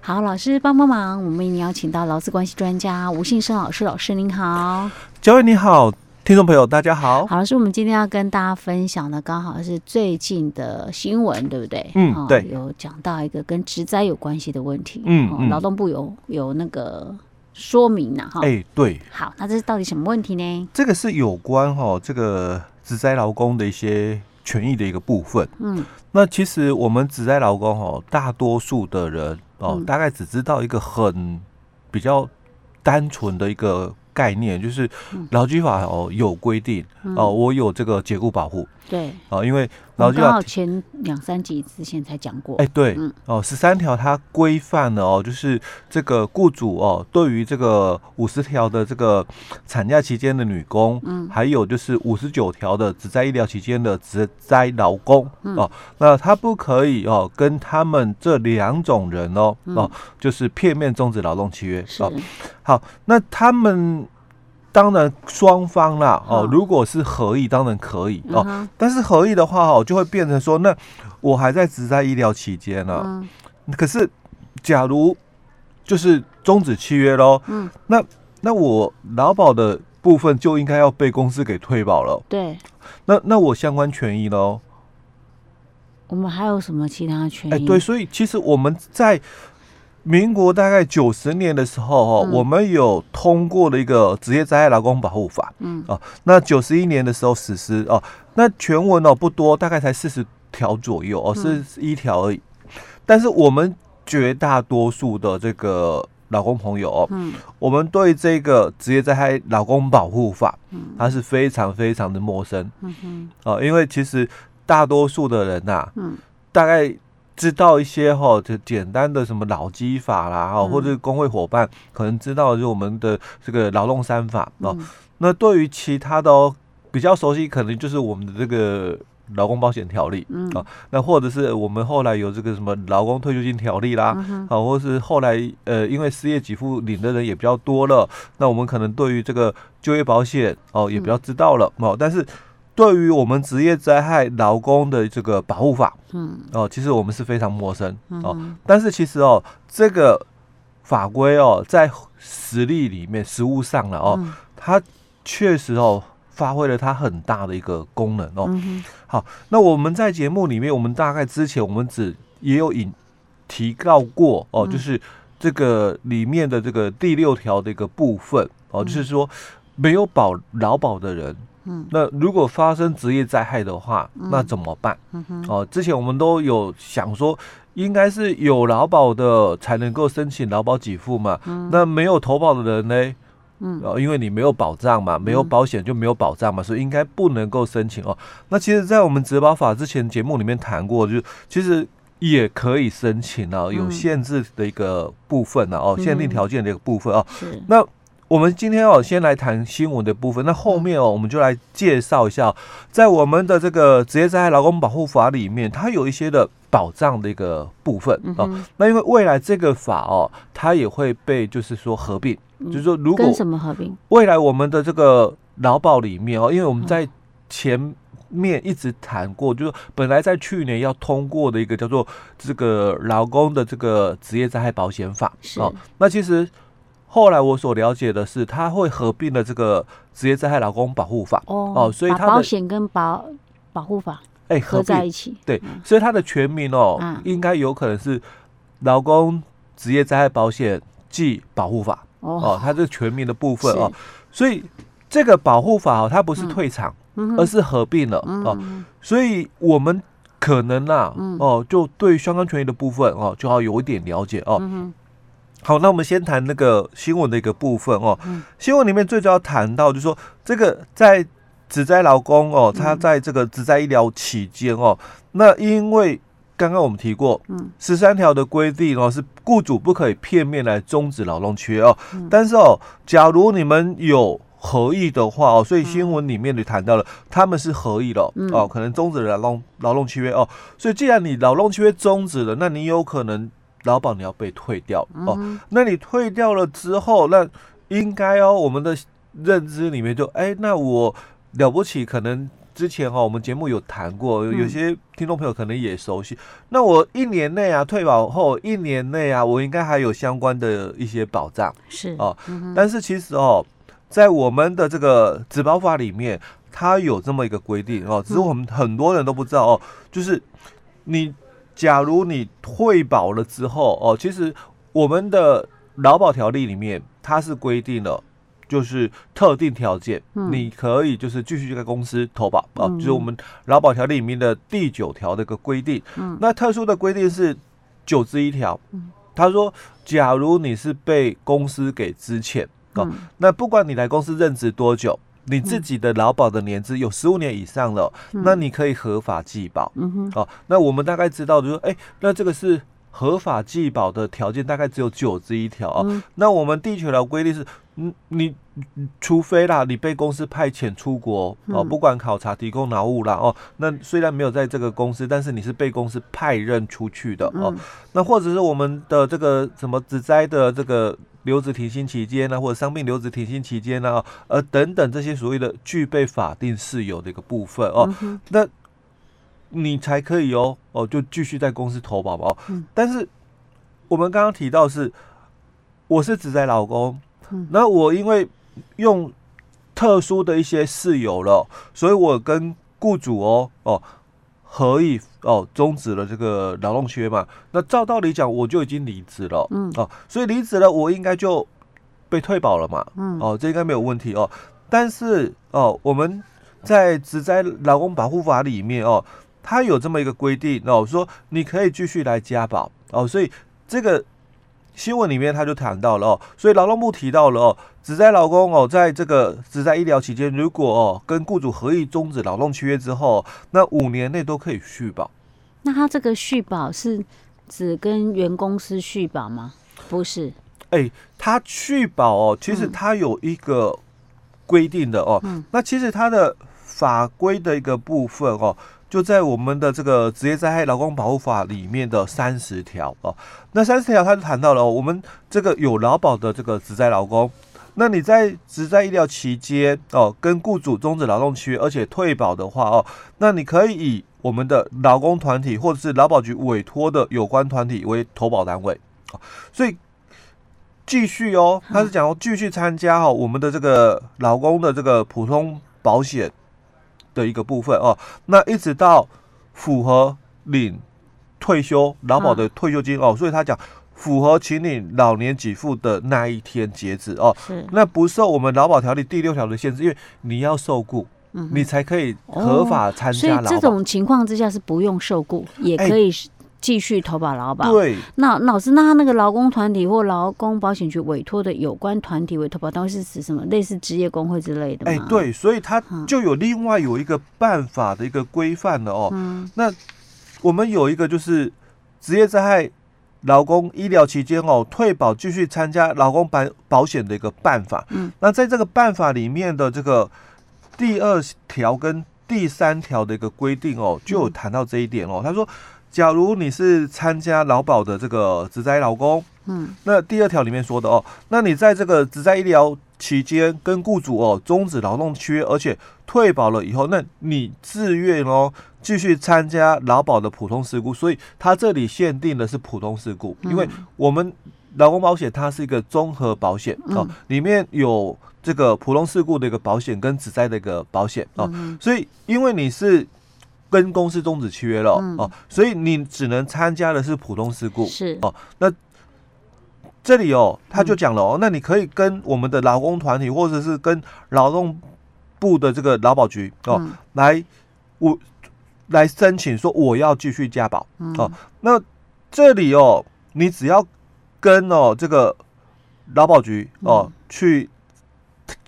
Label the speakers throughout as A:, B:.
A: 好，老师帮帮忙，我们邀请到劳资关系专家吴信生老师，老师您好。
B: 教练你好，听众朋友大家好。
A: 好，老师，我们今天要跟大家分享的刚好是最近的新闻，对不对？
B: 嗯
A: 哦
B: 对
A: 有讲到一个跟职灾有关系的问题，
B: 嗯
A: 哦
B: 嗯
A: 劳动部有有那个说明呐、哈、
B: 哎、对，
A: 好，那这是到底什么问题呢？
B: 这个是有关哈、这个职灾劳工的一些权益的一个部分。
A: 嗯，
B: 那其实我们职灾劳工哈、大多数的人哦，
A: 嗯
B: 大概只知道一个很比较单纯的一个概念，就是
A: 嗯
B: 劳基法哦有规定
A: 嗯
B: 哦，，我有这个解雇保护
A: 对，
B: 哦，因为
A: 我
B: 劳
A: 们
B: 基
A: 刚
B: 法
A: 好前两三集之前才讲过，
B: 哎、对，
A: 嗯
B: 哦，十三条它规范了哦，就是这个雇主哦，对于这个五十条的这个产假期间的女工，
A: 嗯
B: 还有就是五十九条的只在医疗期间的只在劳工、
A: 嗯
B: 哦，那他不可以哦跟他们这两种人哦、哦，就是片面终止劳动契约
A: 嗯是嗯
B: 哦，，好，那他们。当然，双方啦，哦
A: 嗯，
B: 如果是合意，当然可以
A: 嗯
B: 哦。
A: 哼
B: 但是合意的话，哦，就会变成说，那我还在只在医疗期间呢、
A: 嗯
B: 可是，假如就是终止契约喽，
A: 嗯，
B: 那那我劳保的部分就应该要被公司给退保了。
A: 对，
B: 那那我相关权益喽？
A: 我们还有什么其他权益？
B: 哎、对，所以其实我们在民国大概九十年的时候哦，
A: 嗯
B: 我们有通过了一个职业灾害劳工保护法，
A: 嗯
B: 哦，那九十一年的时候实施哦，那全文哦不多，大概才四十条左右哦，
A: 嗯
B: 是一条而已。但是我们绝大多数的这个劳工朋友哦，
A: 嗯
B: 我们对这个职业灾害劳工保护法，它是非常非常的陌生
A: 嗯哼
B: 哦，因为其实大多数的人呐、
A: 嗯
B: 大概知道一些哈，就简单的什么劳基法啦，哈，
A: 嗯
B: 或者是工会伙伴可能知道的就是我们的这个劳动三法哦。
A: 嗯
B: 那对于其他的哦，比较熟悉可能就是我们的这个劳工保险条例，
A: 嗯
B: 哦那或者是我们后来有这个什么劳工退休金条例啦。
A: 嗯哼
B: 啊，或是后来呃，因为失业给付领的人也比较多了，那我们可能对于这个就业保险哦也比较知道了
A: 嗯
B: 哦。但是对于我们职业灾害劳工的这个保护法，
A: 嗯
B: 哦，其实我们是非常陌生
A: 嗯
B: 哦。
A: 哼
B: 但是其实哦，这个法规哦，在实力里面、实务上了哦，
A: 嗯
B: 它确实哦，发挥了它很大的一个功能哦。
A: 嗯哼
B: 那我们在节目里面，我们大概之前我们只也有引提到过哦，
A: 嗯
B: 就是这个里面的这个第六条的一个部分哦，就是说没有保劳保的人，
A: 嗯
B: 那如果发生职业灾害的话，那
A: 嗯
B: 怎么办？
A: 嗯哼
B: 哦，之前我们都有想说，应该是有劳保的才能够申请劳保给付嘛。
A: 嗯
B: 那没有投保的人呢？
A: 嗯
B: 哦，因为你没有保障嘛，没有
A: 嗯
B: 保险就没有保障嘛，所以应该不能够申请哦。那其实，在我们植保法之前节目里面谈过，就是其实也可以申请啊，有
A: 嗯
B: 限制的一个部分啊，哦，限
A: 嗯
B: 定条件的一个部分哦。
A: 是
B: 那我们今天哦，先来谈新闻的部分。那
A: 嗯
B: 后面哦，我们就来介绍一下哦、在我们的这个职业灾害劳工保护法里面，它有一些的保障的一个部分
A: 嗯
B: 哦。
A: 哼
B: 那因为未来这个法哦，它也会被就是说合并，就是说如
A: 嗯
B: 果
A: 跟什么合并？
B: 未来我们的这个劳保里面哦，因为我们
A: 嗯
B: 在前面一直谈过，就是本来在去年要通过的一个叫做这个劳工的这个职业灾害保险法
A: 是
B: 哦，那其实后来我所了解的是，它会合并了这个职业灾害劳工保护法，
A: 哦
B: 哦所以
A: 把
B: 它的
A: 保险跟保保护法
B: 哎、
A: 合
B: 合
A: 在
B: 并
A: 一起，
B: 对，所以它的全名哦，
A: 嗯
B: 应该有可能是劳工职业灾害保险暨保护法
A: 哦
B: 哦，它这全名的部分
A: 是
B: 哦，所以这个保护法哦，它不是
A: 嗯
B: 退场，
A: 嗯哼
B: 而呃是合并了
A: 嗯
B: 哦，
A: 嗯
B: 所以我们可能啦、
A: 嗯
B: 哦，就对相关权益的部分哦，就要有一点了解哦。
A: 嗯哼
B: 好，那我们先谈那个新闻的一个部分哦。
A: 嗯
B: 新闻里面最主要谈到就是说，这个在职灾劳工哦，他
A: 嗯
B: 在这个职灾医疗期间哦，那因为刚刚我们提过，
A: 嗯
B: 十三条的规定哦，是雇主不可以片面来终止劳动契约哦。
A: 嗯
B: 但是哦，假如你们有合意的话哦，所以新闻里面就谈到了他们是合意的哦，
A: 嗯
B: 哦可能终止了劳动劳动契约哦。所以既然你劳动契约终止了，那你有可能劳保你要被退掉
A: 嗯
B: 哦。
A: 哼
B: 那你退掉了之后，那应该哦，我们的认知里面就哎，那我了不起可能之前哈、我们节目有谈过，有有些听众朋友可能也熟悉。那我一年内啊，退保后一年内啊，我应该还有相关的一些保障。
A: 是
B: 哦但是其实哦，在我们的这个职保法里面，它有这么一个规定哦，只
A: 嗯
B: 是我们很多人都不知道哦，就是你假如你退保了之后哦，其实我们的劳保条例里面它是规定了。就是特定条件，
A: 嗯
B: 你可以就是继续在公司投保哦，
A: 嗯
B: 就是我们劳保条例里面的第九条的一个规定。
A: 嗯
B: 那特殊的规定是九之一条
A: 嗯，
B: 他说，假如你是被公司给支遣哦，
A: 嗯
B: 那不管你来公司任职多久，你自己的劳保的年资有十五年以上了，那你可以合法继保。
A: 嗯哼，
B: 哦，那我们大概知道就是，哎、那这个是合法继保的条件，大概只有九之一条哦。
A: 嗯
B: 那我们第九条规定是，嗯，你除非啦，你被公司派遣出国哦，
A: 嗯
B: 不管考察、提供劳务啦哦，那虽然没有在这个公司，但是你是被公司派任出去的哦。
A: 嗯
B: 那或者是我们的这个什么职灾的这个留职停薪期间呢、啊或者伤病留职停薪期间呢、呃等等这些所谓的具备法定事由的一个部分哦，
A: 嗯哼
B: 那你才可以哦哦就继续在公司投保嘛哦。
A: 嗯
B: 但是我们刚刚提到是我是职灾老公，
A: 嗯
B: 那我因为用特殊的一些事由了，所以我跟雇主哦哦合意哦终止了这个劳动契约嘛。那照道理讲，我就已经离职了，
A: 嗯
B: 哦，所以离职了，我应该就被退保了嘛，
A: 嗯
B: 哦，这应该没有问题哦。但是哦，我们在《职灾劳工保护法》里面哦，它有这么一个规定哦，说你可以继续来加保哦，所以这个新闻里面他就谈到了哦，所以劳动部提到了哦，只在劳工哦，在这个只在医疗期间，如果哦跟雇主合意终止劳动契约之后，那五年内都可以续保。
A: 那他这个续保是只跟原公司续保吗？不是，
B: 哎，他续保哦，其实
A: 嗯
B: 他有一个规定的哦，
A: 嗯
B: 那其实它的法规的一个部分哦，就在我们的这个职业灾害劳工保护法里面的三十条哦。那三十条它就谈到了、哦、我们这个有劳保的这个职灾劳工。那你在职在医疗期间哦，跟雇主终止劳动契约，而且退保的话哦，那你可以以我们的劳工团体或者是劳保局委托的有关团体为投保单位，哦所以继续哦，他是讲哦继续参加哦我们的这个劳工的这个普通保险的一个部分哦，那一直到符合领退休劳保的退休金哦，所以他讲符合请领老年给付的那一天截止哦，
A: 是，
B: 那不受我们劳保条例第六条的限制，因为你要受雇，
A: 嗯哼哦
B: 你才可以合法参
A: 所以
B: 加
A: 这
B: 劳保。哎
A: 种情况之下是不用受雇，也可以继续投保劳保。
B: 对，
A: 那那老师，那他那个劳工团体或劳工保险局委托的有关团体为投保单位是指什么？类似职业工会之类的吗？
B: 哎、，对，所以它
A: 嗯
B: 就有另外有一个办法的一个规范了哦。
A: 嗯
B: 我们有一个就是职业灾害劳工医疗期间哦，退保继续参加劳工保保险的一个办法。
A: 嗯，
B: 那在这个办法里面的这个第二条跟第三条的一个规定哦，就有谈到这一点哦。他说，假如你是参加劳保的这个职灾劳工，
A: 嗯
B: 那第二条里面说的哦，那你在这个只在医疗期间跟雇主哦终止劳动契约，而且退保了以后，那你自愿哦继续参加劳保的普通事故，所以它这里限定的是普通事故，因为我们劳工保险它是一个综合保险哦
A: 嗯，
B: 里面有这个普通事故的一个保险跟只在的一个保险哦，
A: 嗯
B: 所以因为你是。跟公司终止契约了哦、
A: 嗯
B: 哦，所以你只能参加的是普通事故。
A: 是
B: 哦这里哦，他
A: 嗯
B: 就讲了哦，那你可以跟我们的劳工团体，或者是跟劳动部的这个劳保局哦，
A: 嗯
B: 来我来申请说我要继续加保。
A: 嗯
B: 哦那这里哦，你只要跟哦这个劳保局哦、去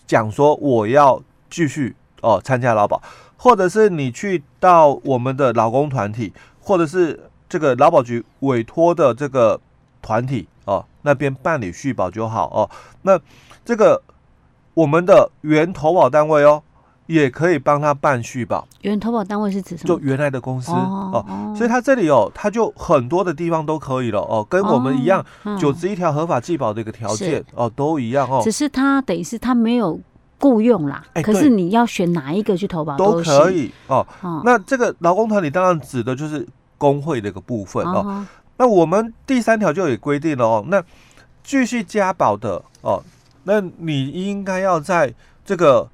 B: 讲说我要继续哦参加劳保，或者是你去到我们的劳工团体，或者是这个劳保局委托的这个团体哦那边办理续保就好哦。那这个我们的原投保单位哦。也可以帮他办续保，
A: 原投保单位是指什么？
B: 就原来的公司哦
A: 哦
B: 所以它这里哦，它就很多的地方都可以了哦，跟我们一样，
A: 嗯
B: 九十一条合法继保的一个条件哦，都一样哦。
A: 只是他等于是他没有雇佣啦，
B: 哎
A: 可
B: 对
A: 是你要选哪一个去投保
B: 都
A: 行
B: 可以哦。
A: 哦。
B: 那这个劳工团体当然指的就是工会的一个部分哦。
A: 哦
B: 那我们第三条就有规定了哦，那继续加保的哦，那你应该要在这个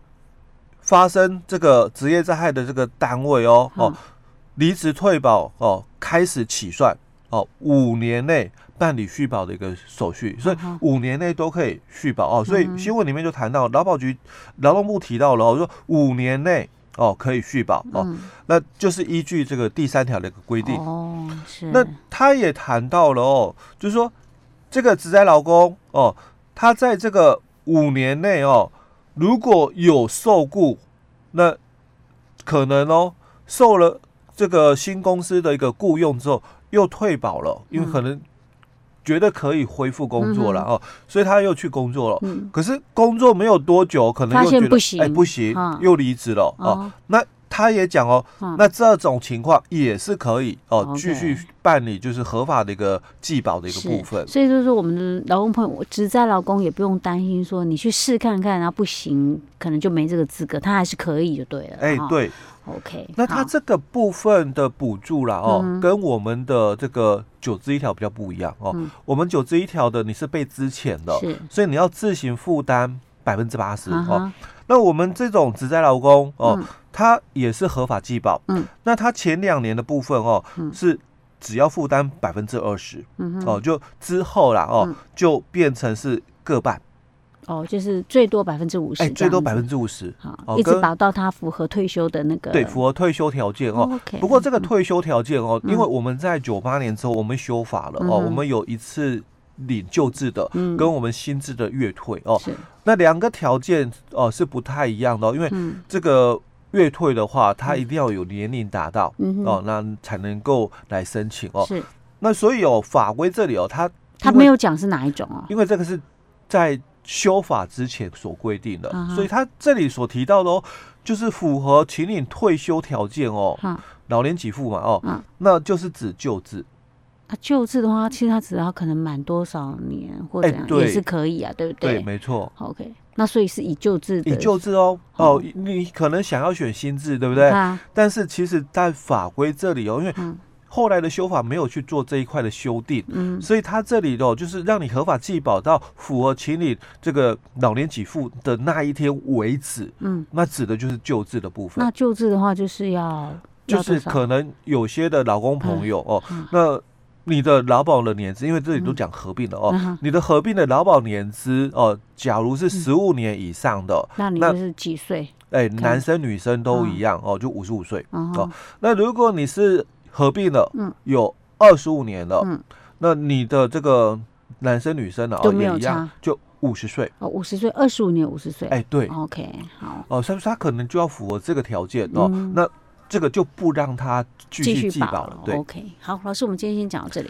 B: 发生这个职业灾害的这个单位哦
A: 嗯
B: 哦，离职退保哦开始起算哦，五年内办理续保的一个手续，所以
A: 嗯哼
B: 五年内都可以续保哦。所以
A: 嗯哼
B: 新闻里面就谈到劳保局、劳动部提到了、哦，说五年内哦可以续保哦，
A: 嗯
B: 那就是依据这个第三条的一个规定。
A: 哦，是
B: 那他也谈到了哦，就是说这个职灾劳工哦，他在这个五年内哦，如果有受雇，那可能哦受了这个新公司的一个雇佣之后又退保了，因为
A: 嗯
B: 可能觉得可以恢复工作了、哦，所以他又去工作了。
A: 嗯
B: 可是工作没有多久，可能
A: 发
B: 又
A: 现
B: 觉得
A: 不行
B: 哎不行，
A: 啊
B: 又离职了哦。
A: 哦
B: 那他也讲哦，
A: 嗯
B: 那这种情况也是可以哦，
A: OK
B: 继续办理就是合法的一个继保的一个
A: 是
B: 部分。
A: 所以就是我们的劳工朋友，只在劳工也不用担心说你去试看看，然后不行，可能就没这个资格，他还是可以就对了。
B: 哎
A: 哈，
B: 对，
A: ，OK 好。
B: 那他这个部分的补助啦，哦，
A: 嗯
B: 跟我们的这个九支一条比较不一样哦。
A: 嗯
B: 我们九支一条的你是被支遣的，哦
A: 是
B: 所以你要自行负担百分之八十
A: 啊
B: 哦。
A: 哈，
B: 那我们这种职在劳工哦，
A: 嗯
B: 他也是合法继保。
A: 嗯，
B: 那他前两年的部分哦，
A: 嗯
B: 是只要负担百分之二十。
A: 嗯哼，
B: 哦，就之后啦，哦，
A: 嗯
B: 就变成是各半，
A: 哦，就是最多百分之五
B: 哎、
A: 十，
B: 最多百分之五十，
A: 好，
B: 哦
A: 一直
B: 跟
A: 保到他符合退休的那个
B: 对，符合退休条件哦。
A: OK，
B: 不过这个退休条件哦，因为
A: 嗯
B: 我们在九八年之后我们修法了、哦，
A: 嗯哼
B: 我们有一次领旧制的。
A: 嗯
B: 跟我们新制的月退哦，
A: 是
B: 那两个条件哦、是不太一样的、哦，因为
A: 嗯
B: 这个月退的话，它
A: 嗯
B: 一定要有年龄达到、
A: 嗯哼
B: 哦，那才能够来申请哦。
A: 是
B: 那所以哦，法规这里哦，它
A: 他
B: 因
A: 没
B: 为
A: 有讲是哪一种哦，
B: 因为这个是在修法之前所规定的，
A: 嗯哼
B: 所以他这里所提到的哦，就是符合秦岭退休条件哦，
A: 哈
B: 老年给付嘛哦，
A: 嗯
B: 那就是指旧制，
A: 啊，救治的话，其实他只要可能满多少年或者
B: 哎
A: 怎样、
B: 对
A: 也是可以啊，对不
B: 对，
A: 对
B: 没错。
A: ？OK，那所以是以救治的，
B: 以旧制哦，哦
A: 好，
B: 你可能想要选新制，对不对？
A: 啊，
B: 但是其实，在法规这里哦，因为
A: 嗯
B: 后来的修法没有去做这一块的修订，
A: 嗯
B: 所以它这里哦，就是让你合法继保到符合秦岭这个老年给付的那一天为止，
A: 嗯，
B: 那指的就是旧制的部分
A: 那。救治的话就是要
B: 就
A: 要多
B: 是
A: 少
B: 可能有些的劳工朋友哦，
A: 嗯
B: 那你的劳保的年资，因为这里都
A: 嗯
B: 讲合并了哦，
A: 嗯哼
B: 你的合并的劳保年资哦，假如是十五年以上的，
A: 那你
B: 那
A: 就是几岁？啊
B: 哎、
A: 看
B: 男生女生都
A: 嗯
B: 一样、哦，就五十五岁。
A: 然后
B: 哦那如果你是合并了，
A: 嗯
B: 有二十五年了，
A: 嗯
B: 那你的这个男生女生的
A: 都
B: 哦
A: 没
B: 也
A: 有
B: 一样
A: 差，
B: 就五十岁。
A: 哦，五十岁，二十五年五十岁，
B: 哎、对，
A: ，OK，好，
B: 哦，所以他可能就要符合这个条件哦，
A: 嗯
B: 那这个就不让他继续
A: 继
B: 继
A: 续
B: 保了，对。
A: ，OK，好，老师，我们今天先讲到这里。